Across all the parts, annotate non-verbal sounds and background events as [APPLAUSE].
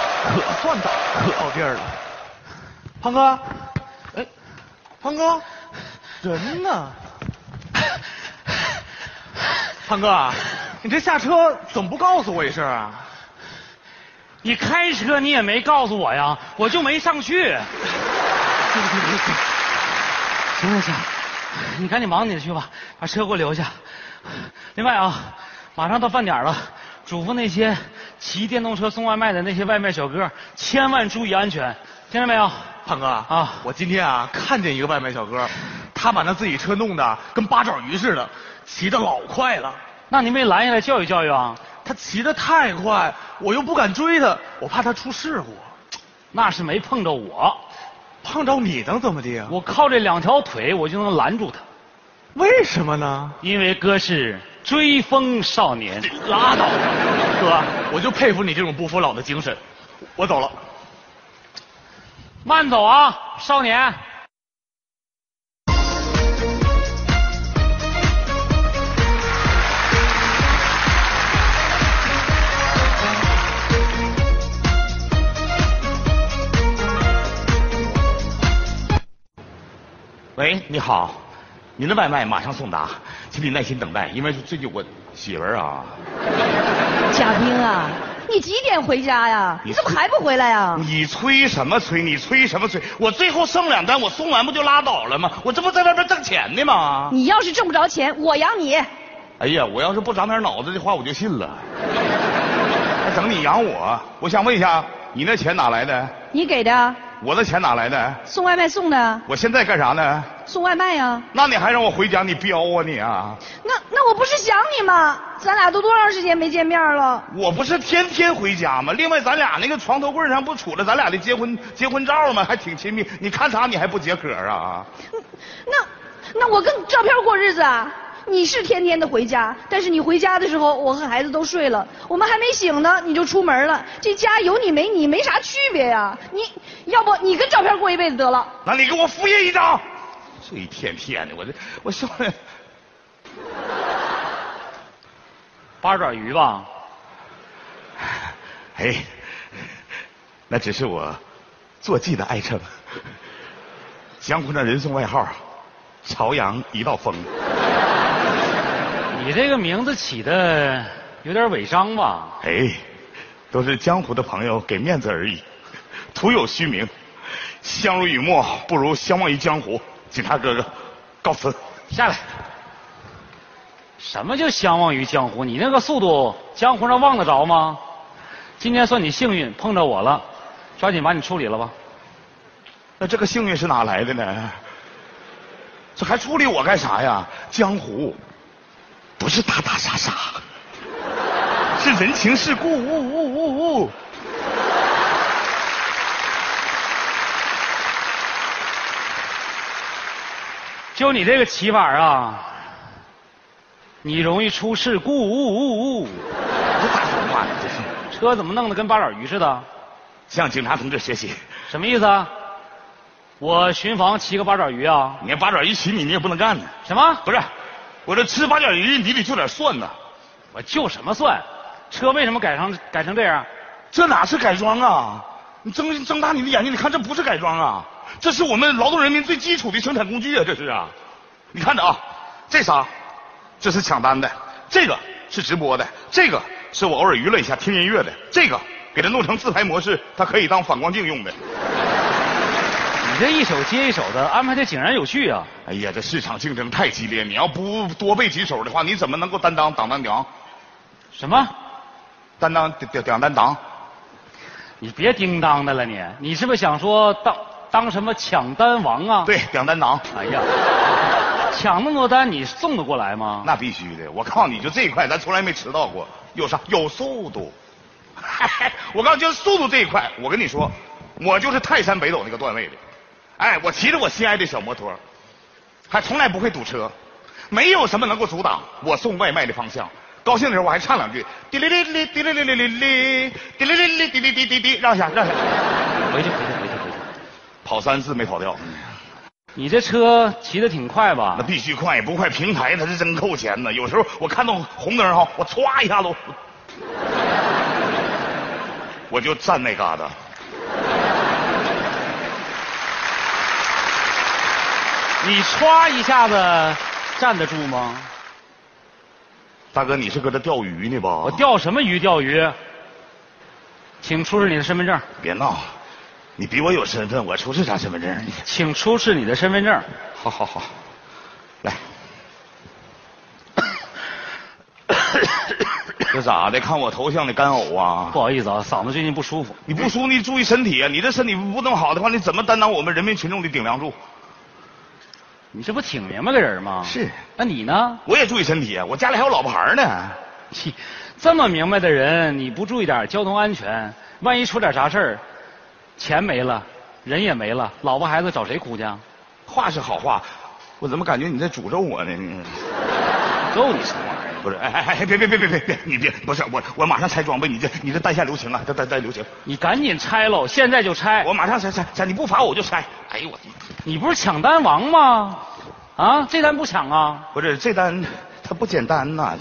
可算到可到地儿了。胖哥，哎，胖哥，人呢？胖哥，啊你这下车怎么不告诉我一声啊？你开车你也没告诉我呀，我就没上去。行行行，你赶紧忙你的去吧，把车给我留下。另外啊，马上到饭点了，嘱咐那些骑电动车送外卖的那些外卖小哥，千万注意安全，听着没有？胖哥啊我今天啊看见一个外卖小哥，他把他自己车弄得跟八爪鱼似的，骑得老快了。那你没拦下来教育教育啊？他骑得太快，我又不敢追他，我怕他出事故。那是没碰着我，碰着你能怎么地啊？我靠这两条腿我就能拦住他，为什么呢？因为哥是追风少年。拉倒吧，哥，我就佩服你这种不服老的精神。我走了。慢走啊，少年。喂，你好，您的外卖马上送达，请你耐心等待，因为最近我媳妇儿啊，贾冰啊，你几点回家呀？你怎么还不回来呀？你催什么催？你催什么催？我最后剩两单，我送完不就拉倒了吗？我这不在外边挣钱呢吗？你要是挣不着钱，我养你。哎呀，我要是不长点脑子的话，我就信了。还整你养我？我想问一下，你那钱哪来的？你给的，我的钱哪来的？送外卖送的，我现在干啥呢？送外卖呀、那你还让我回家？你彪啊你啊！那那我不是想你吗？咱俩都多长时间没见面了？我不是天天回家吗？另外，咱俩那个床头柜上不杵着咱俩的结婚结婚照吗？还挺亲密。你看啥？你还不解渴啊？那那我跟照片过日子啊？你是天天的回家，但是你回家的时候，我和孩子都睡了，我们还没醒呢，你就出门了。这家有你没你没啥区别呀、你要不你跟照片过一辈子得了？那你给我复印一张。这一天天的，我这我笑了。八爪鱼吧，哎，那只是我坐骑的爱称。江湖上人送外号“朝阳一道风你这个名字起的有点违章吧？”。哎，都是江湖的朋友给面子而已，徒有虚名。相濡以沫不如相忘于江湖。警察哥哥，告辞。下来。什么叫相忘于江湖？你那个速度，江湖上忘得着吗？今天算你幸运，碰着我了，抓紧把你处理了吧。那这个幸运是哪来的呢？这还处理我干啥呀？江湖不是打打杀杀，是人情世故。呜呜呜呜！就你这个骑法啊，你容易出事故。呜呜呜！这大头嘛，你这是车怎么弄得跟八爪鱼似的？向警察同志学习。什么意思啊？我巡防骑个八爪鱼啊？你看八爪鱼骑你，你也不能干呢。什么？不是，我这吃八爪鱼，你得就点蒜呐。我就什么算？车为什么改成改成这样？这哪是改装啊？你睁睁大你的眼睛，你看这不是改装啊，这是我们劳动人民最基础的生产工具啊，这是啊。你看着啊，这啥？这是抢单的，这个是直播的，这个是我偶尔娱乐一下听音乐的，这个给它弄成自拍模式，它可以当反光镜用的。你这一手接一手的安排的井然有序啊！哎呀，这市场竞争太激烈，你要不多备几手的话，你怎么能够担当挡当娘？什么？担当顶顶担当？你别叮当的了你，你是不是想说当当什么抢单王啊？，对，顶担当。哎呀，抢那么多单，你送得过来吗？那必须的，我告诉你就这一块，咱从来没迟到过。有啥？有速度。 [LAUGHS] 我告诉你，就是速度这一块，我跟你说，我就是泰山北斗那个段位的。哎，我骑着我心爱的小摩托，还从来不会堵车，没有什么能够阻挡我送外卖的方向。高兴的时候我还唱两句，滴哩哩哩滴哩哩哩哩哩，滴哩哩哩滴哩滴滴滴，让一下让一下，回去回去回去回去，跑三次没跑掉，你这车骑得挺快吧那？必须快，不快平台它是真扣钱呢。 [LAUGHS] 有时候我看到红灯哈，我歘一下子我我就站那嘎达。你歘一下子站得住吗？大哥，你是搁这钓鱼呢吧？我钓什么鱼？钓鱼？请出示你的身份证，别闹，你比我有身份，我出示啥身份证？请出示你的身份证。 [LAUGHS] 好好好，来，这咋的？看我头像的干呕啊不？好意思啊，嗓子最近不舒服。你不舒服，你注意身体啊！你这身体不弄好的话，你怎么担当我们人民群众的顶梁柱？你这不挺明白个人吗？是。那你呢？我也注意身体啊，我家里还有老婆孩儿呢。切这么明白的人，你不注意点交通安全，万一出点啥事儿，钱没了，人也没了，老婆孩子找谁哭去啊？话是好话，我怎么感觉你在诅咒我呢？够你什么玩意儿？不是，哎哎哎，别别别别别别，你别，不是我，我马上拆装备，你这你这带下留情啊，带带带留情，你赶紧拆喽，现在就拆！我马上拆拆拆，你不罚我就拆。哎呦我的，你不是抢单王吗？啊，这单不抢啊！不是这单它不简单呐、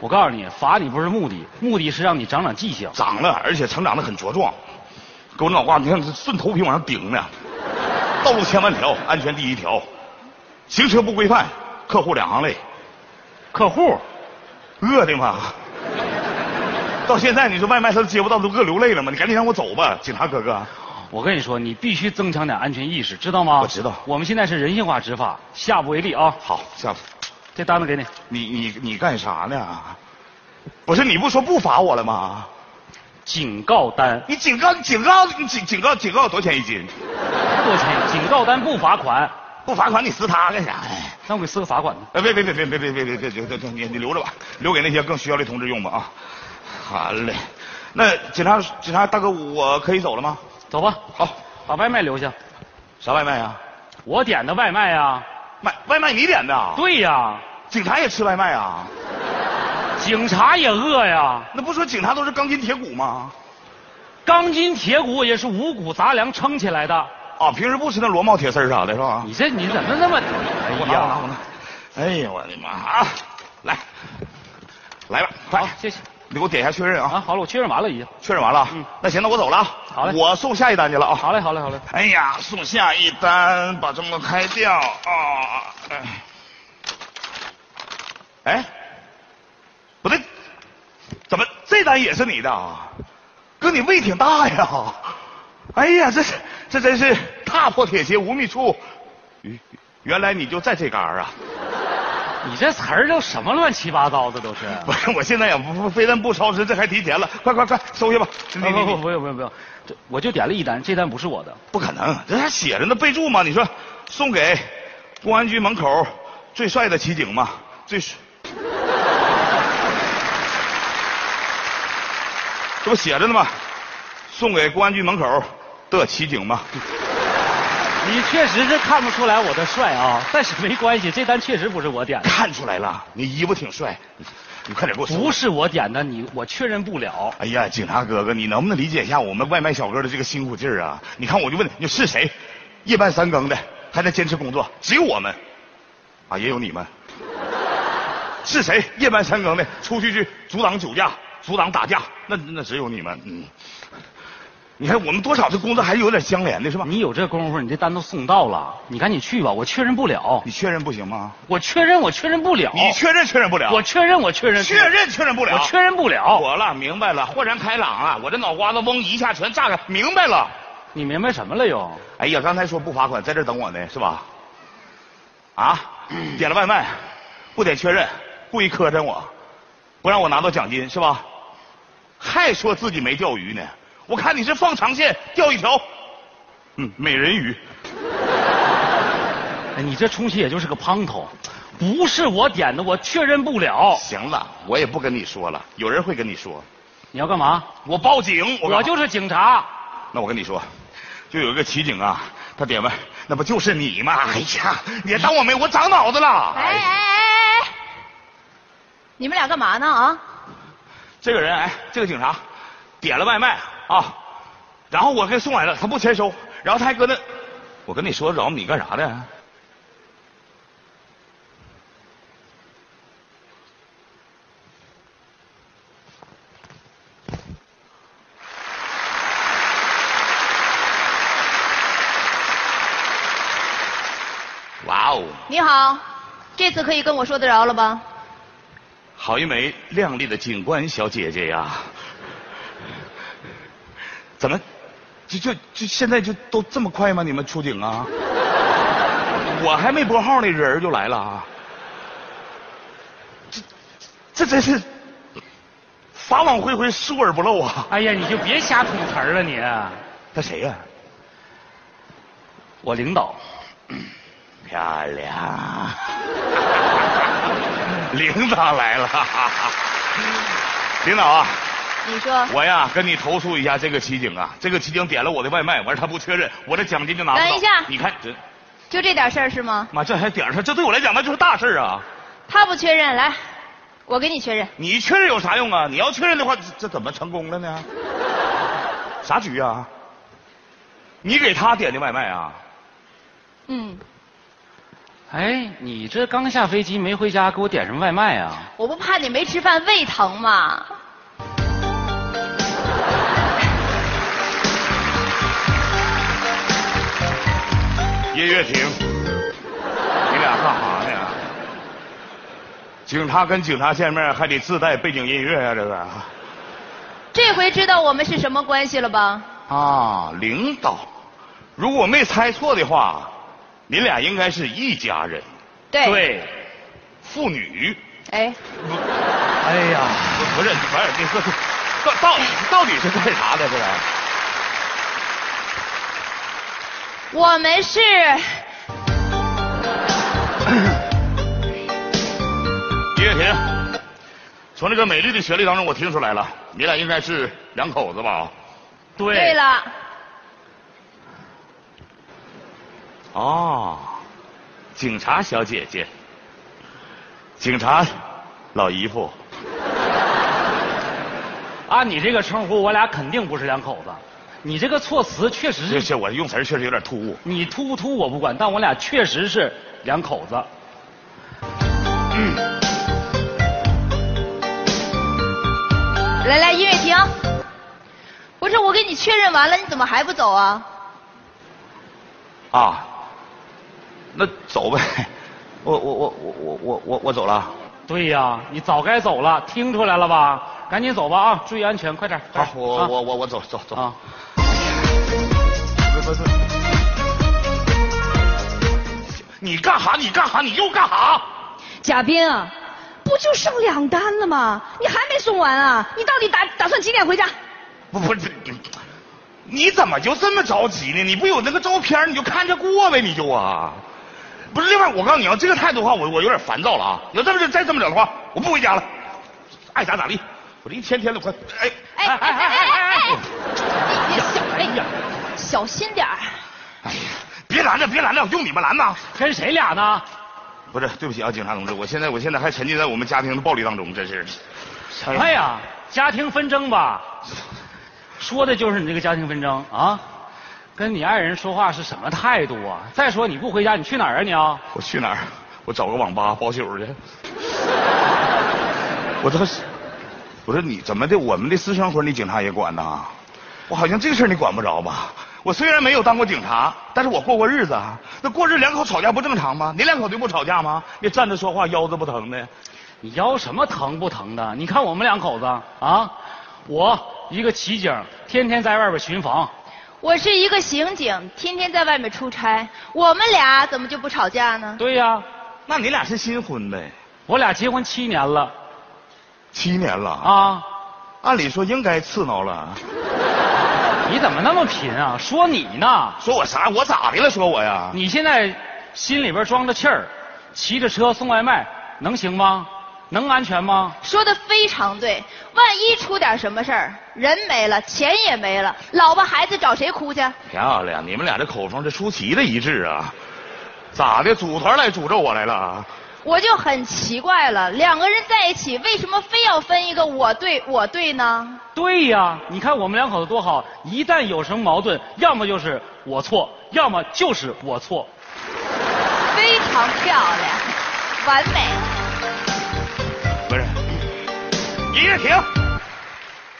我告诉你，罚你不是目的，目的是让你长长记性。长了，而且成长的很茁壮，给我脑瓜，你看这顺头皮往上顶呢。道路千万条，安全第一条，行车不规范，客户两行泪。客户，饿的嘛。到现在你说外卖他都接不到，都饿流泪了吗？你赶紧让我走吧，警察哥哥。我跟你说，你必须增强点安全意识，知道吗？啊我知道我们现在是人性化执法，下不为例啊！好，下次这单子给你，你你你干啥呢？不是你不说不罚我了吗？警告单，你警告警告你警警告警告多少钱一斤？多钱？警告单不罚款，不罚款你撕他干啥呀？让我给撕个罚款呢。哎，别别别别别别别别别别别，你你留着吧，留给那些更需要的同志用吧啊。好嘞，那警察警察大哥，我可以走了吗？走吧，好，把外卖留下。啥外卖啊？我点的外卖啊，卖外卖你点的啊？对呀、警察也吃外卖啊？警察也饿呀，那不说警察都是钢筋铁骨吗？钢筋铁骨也是五谷杂粮撑起来的。啊，平时不吃那螺帽铁丝儿啥的是吧？你这你怎么那么……我哎拿我拿我呀，拿，哎呀我的妈啊！来，来吧，好快，，谢谢你给我点一下确认啊，啊！好了，我确认完了已经。确认完了啊，嗯那行，那我走了啊。好嘞我送下一单去了啊。好嘞，好嘞，好嘞。哎呀，送下一单，把这么开掉啊！哎，哎，不对，怎么这单也是你的啊？哥，你胃挺大呀！哎呀，这是这真是踏破铁鞋无觅处，原原来你就在这嘎儿啊！你这词儿都什么乱七八糟的都是。不 [LAUGHS] 是，我现在也不不非但不超时，这还提前了，快快快收下吧！你哦不你不不，你不用不用不用，这我就点了一单，这单不是我的。不可能，这还写着呢，备注嘛。你说送给公安局门口最帅的骑警嘛，最帅。这不写着呢吗？送给公安局门口的骑警嘛。你确实是看不出来我的帅啊， [LAUGHS] 但是没关系，这单确实不是我点的，看出来了，你衣服挺帅，你你快点给我收。不是我点的，你我确认不了。哎呀，警察哥哥，你能不能理解一下我们外卖小哥的这个辛苦劲儿啊？你看，我就问你是谁，夜半三更的还在坚持工作，只有我们，啊，也有你们。是谁夜半三更的出去去阻挡酒驾、阻挡打架？那那只有你们。嗯，你看我们多少这工作还有点相连的是吧？你有这功夫，你这单都送到了，你赶紧去吧，我确认不了。你确认不行吗？我确认我确认不了。你确认确认不了？我确认我确认确认确认不了。哦我确认不了。我了，明白了，豁然开朗啊！我这脑瓜子嗡一下全炸开，明白了。你明白什么了又？哎呀，刚才说不罚款，在这儿等我呢，是吧？啊，点了外卖，不点确认，故意磕碜我，不让我拿到奖金是吧？还说自己没钓鱼呢，我看你是放长线钓一条，嗯，美人鱼。哎你这充其也就是个胖头，不是我点的，我确认不了。行了，我也不跟你说了，有人会跟你说，你要干嘛？我报警，我我告就是警察。那我跟你说，就有一个骑警啊，他点外，那不就是你吗？哎呀，你还当我没我长脑子了？哎哎哎哎！你们俩干嘛呢啊？这个人，哎，这个警察点了外卖啊，然后我给送来了，他不签收，然后他还搁那，我跟你说饶你干啥的？哦你好，这次可以跟我说得着了吧？好一枚靓丽的警官小姐姐呀！怎么，就就就现在就都这么快吗？你们出警啊？我还没拨号呢，人儿就来了啊！这这这真是法网恢恢，疏而不漏啊！哎呀，你就别瞎捅词儿了你。他谁呀、我领导，漂亮，领导来了，领导啊！你 [LAUGHS] 说，我呀，跟你投诉一下这个骑警啊，这个骑警点了我的外卖，完事他不确认，我的奖金就拿不到。等一下你看这，就这点事儿是吗？妈，这还点儿上，这对我来讲那就是大事儿啊！他不确认，来，我给你确认。你确认有啥用啊？你要确认的话，这这怎么成功了呢？ [LAUGHS] 啥局啊？你给他点的外卖啊？嗯，哎，你这刚下飞机没回家，给我点什么外卖啊？我不怕你没吃饭胃疼吗？音乐停，你俩干啥呢？警察跟警察见面还得自带背景音乐呀、这个这回知道我们是什么关系了吧？啊，领导，如果没猜错的话，你俩应该是一家人。对，父女哎，哎呀，不不是不是那个到到底到底是干啥的？这个我们是音乐婷，从这个美丽的旋律当中，我听出来了，你俩应该是两口子吧？对对了，哦，警察小姐姐，警察老姨夫，按你这个称呼，我俩肯定不是两口子。你这个措辞确实这是，这我用词儿确实有点突兀。你突不突我不管，但我俩确实是两口子。来来，音乐停。不是我给你确认完了，你怎么还不走啊？啊，那走呗，我我我我我我我我走了。对呀，你早该走了，听出来了吧？赶紧走吧啊，注意安全，快点。快好点，我、啊我我我走走走。啊，不是不是你干哈？你干哈？你又干哈？贾斌啊，不就剩两单了吗？你还没送完啊？你到底打打算几点回家？不不是，你你怎么就这么着急呢？你不有那个照片，你就看着过呗，你就啊。不是，另外我告诉你啊，这个态度的话，我我有点烦躁了啊。你要这么着再这么整的话，我不回家了，爱咋咋地。我这一天天的，我快哎哎哎哎哎哎哎！你小哎呀，小心点儿。哎呀，别拦着，别拦着，用你们拦呐！跟谁俩呢？不是，对不起啊，警察同志，我现在我现在还沉浸在我们家庭的暴力当中，真是。什么哎呀？家庭纷争吧，说的就是你这个家庭纷争啊！跟你爱人说话是什么态度啊？再说你不回家，你去哪儿啊你啊？我去哪儿？我找个网吧包宿去。我这，我说你怎么的？我们的私生活你警察也管呐？我好像这个事儿你管不着吧？我虽然没有当过警察，但是我过过日子啊。那过日两口吵架不正常吗？你两口就不吵架吗？你站着说话腰子不疼的？你腰什么疼不疼的？你看我们两口子啊，我一个骑警，天天在外边巡防，我是一个刑警，天天在外面出差，我们俩怎么就不吵架呢？对呀、那你俩是新婚呗？我俩结婚七年了七年了啊，啊，按理说应该刺挠了。你怎么那么贫啊？说你呢，说我啥？我咋的了？说我呀？你现在心里边装着气儿，骑着车送外卖，能行吗？能安全吗？说的非常对，万一出点什么事儿，人没了，钱也没了，老婆孩子找谁哭去？漂亮，你们俩这口风是出奇的一致啊！咋的，组团来诅咒我来了啊？我就很奇怪了，两个人在一起，为什么非要分一个我对我对呢？对呀，你看我们两口子多好，一旦有什么矛盾，要么就是我错，要么就是我错。非常漂亮，完美。不是，音乐停。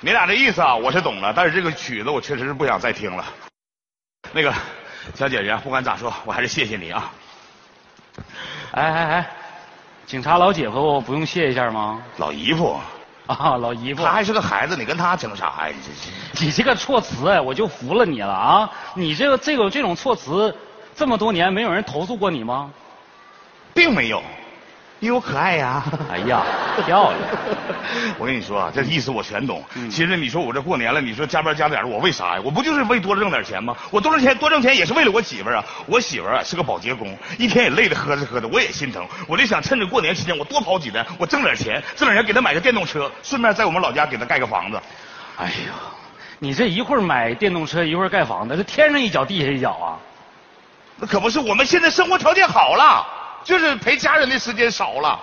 你俩这意思啊，我是懂了，但是这个曲子我确实是不想再听了。那个小姐姐，不管咋说，我还是谢谢你啊。哎哎哎，警察老姐夫，我不用谢一下吗？老姨夫，啊，老姨夫他，还是个孩子，你跟他争啥呀？你这 [LAUGHS] 是你这个措辞哎，我就服了你了啊！你这个这个这种措辞，这么多年没有人投诉过你吗？并没有，因为我可爱 [LAUGHS] 呀。哎呀，漂亮！ [LAUGHS] 嗯我跟你说啊，这意思我全懂。其实你说我这过年了，你说加班加点儿，我为啥呀？我不就是为多挣点钱吗？我多挣钱多挣钱也是为了我媳妇儿啊。我媳妇儿啊是个保洁工，一天也累得呵着呵着，我也心疼。我就想趁着过年期间，我多跑几单，我挣点钱，挣点钱给她买个电动车，顺便在我们老家给她盖个房子。哎呦，你这一会儿买电动车，一会儿盖房子，这天上一脚地下一脚啊！那可不是，我们现在生活条件好了，就是陪家人的时间少了。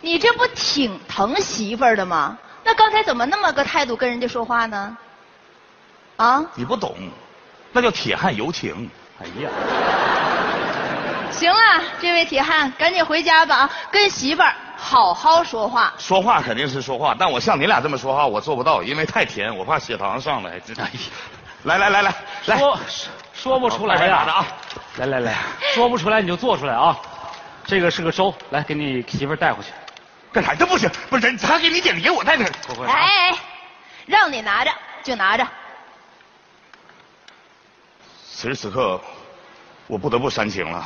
你这不挺疼媳妇儿的吗？那刚才怎么那么个态度跟人家说话呢？啊，你不懂，那叫铁汉柔情。哎呀，行了，这位铁汉，赶紧回家吧，啊，跟媳妇儿好好说话。说话肯定是说话，但我像你俩这么说话，我做不到，因为太甜，我怕血糖上来。这哎呀来来来来来，说说不出来呀、拿着啊！来来来，说不出来你就做出来啊！这个是个粥，来给你媳妇儿带回去。干啥？这不行，不是人，他给你点，给我带点。快快拿哎，哎，哎让你拿着就拿着。此时此刻，我不得不煽情了。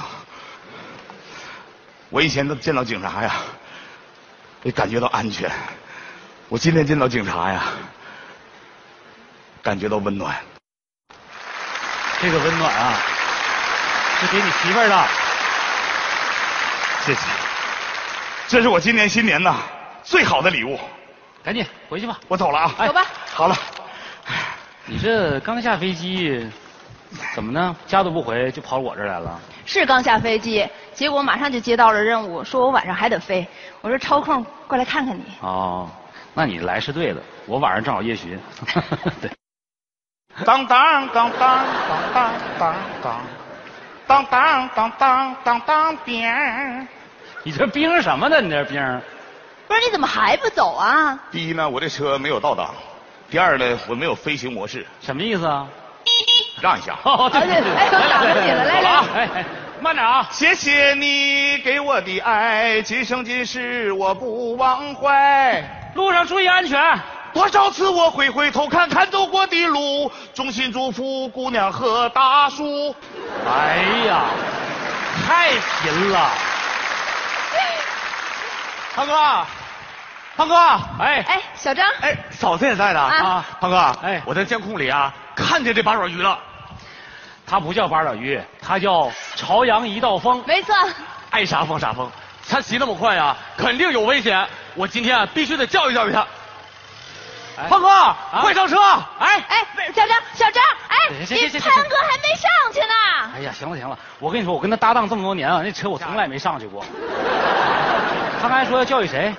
我以前都见到警察呀，也感觉到安全；我今天见到警察呀，感觉到温暖。这个温暖啊，是给你媳妇儿的。谢谢，这是我今年新年呐最好的礼物。赶紧回去吧，我走了啊，走吧好了。你这刚下飞机，怎么呢？家都不回就跑我这儿来了？是刚下飞机，结果马上就接到了任务，说我晚上还得飞。我说抽空过来看看你。哦，那你来是对的，我晚上正好夜巡。 [LAUGHS] 对，当当当当当当当当，当当当当当当边。你这冰什么呢？你这冰？不是你怎么还不走啊？第一呢，我这车没有倒档；第二呢，我没有飞行模式，什么意思啊？让一下。哦，对对对，哎都打着你了来来好啊哎哎，慢点啊！谢谢你给我的爱，今生今世我不忘怀。路上注意安全。多少次我回回头看看走过的路，衷心祝福姑娘和大叔。哎呀，太贫了！胖哥，胖哥。哎，哎，小张，哎，嫂子也在呢啊胖哥，哎哎，我在监控里啊看见这八爪鱼了。他不叫八爪鱼，他叫朝阳一道风。没错，爱啥风啥风。他骑那么快呀、啊肯定有危险。我今天啊必须得教育教育他。哎胖哥，快上车！哎哎，不是小张，小张，哎，行行你行行潘哥还没上去呢。哎呀，行了行了，我跟你说，我跟他搭档这么多年啊，那车我从来没上去过。他刚才说要教育谁？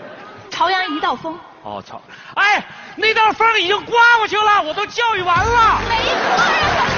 朝阳一道风，哦，操！哎，那道风已经刮过去了，我都教育完了。没错啊，小张。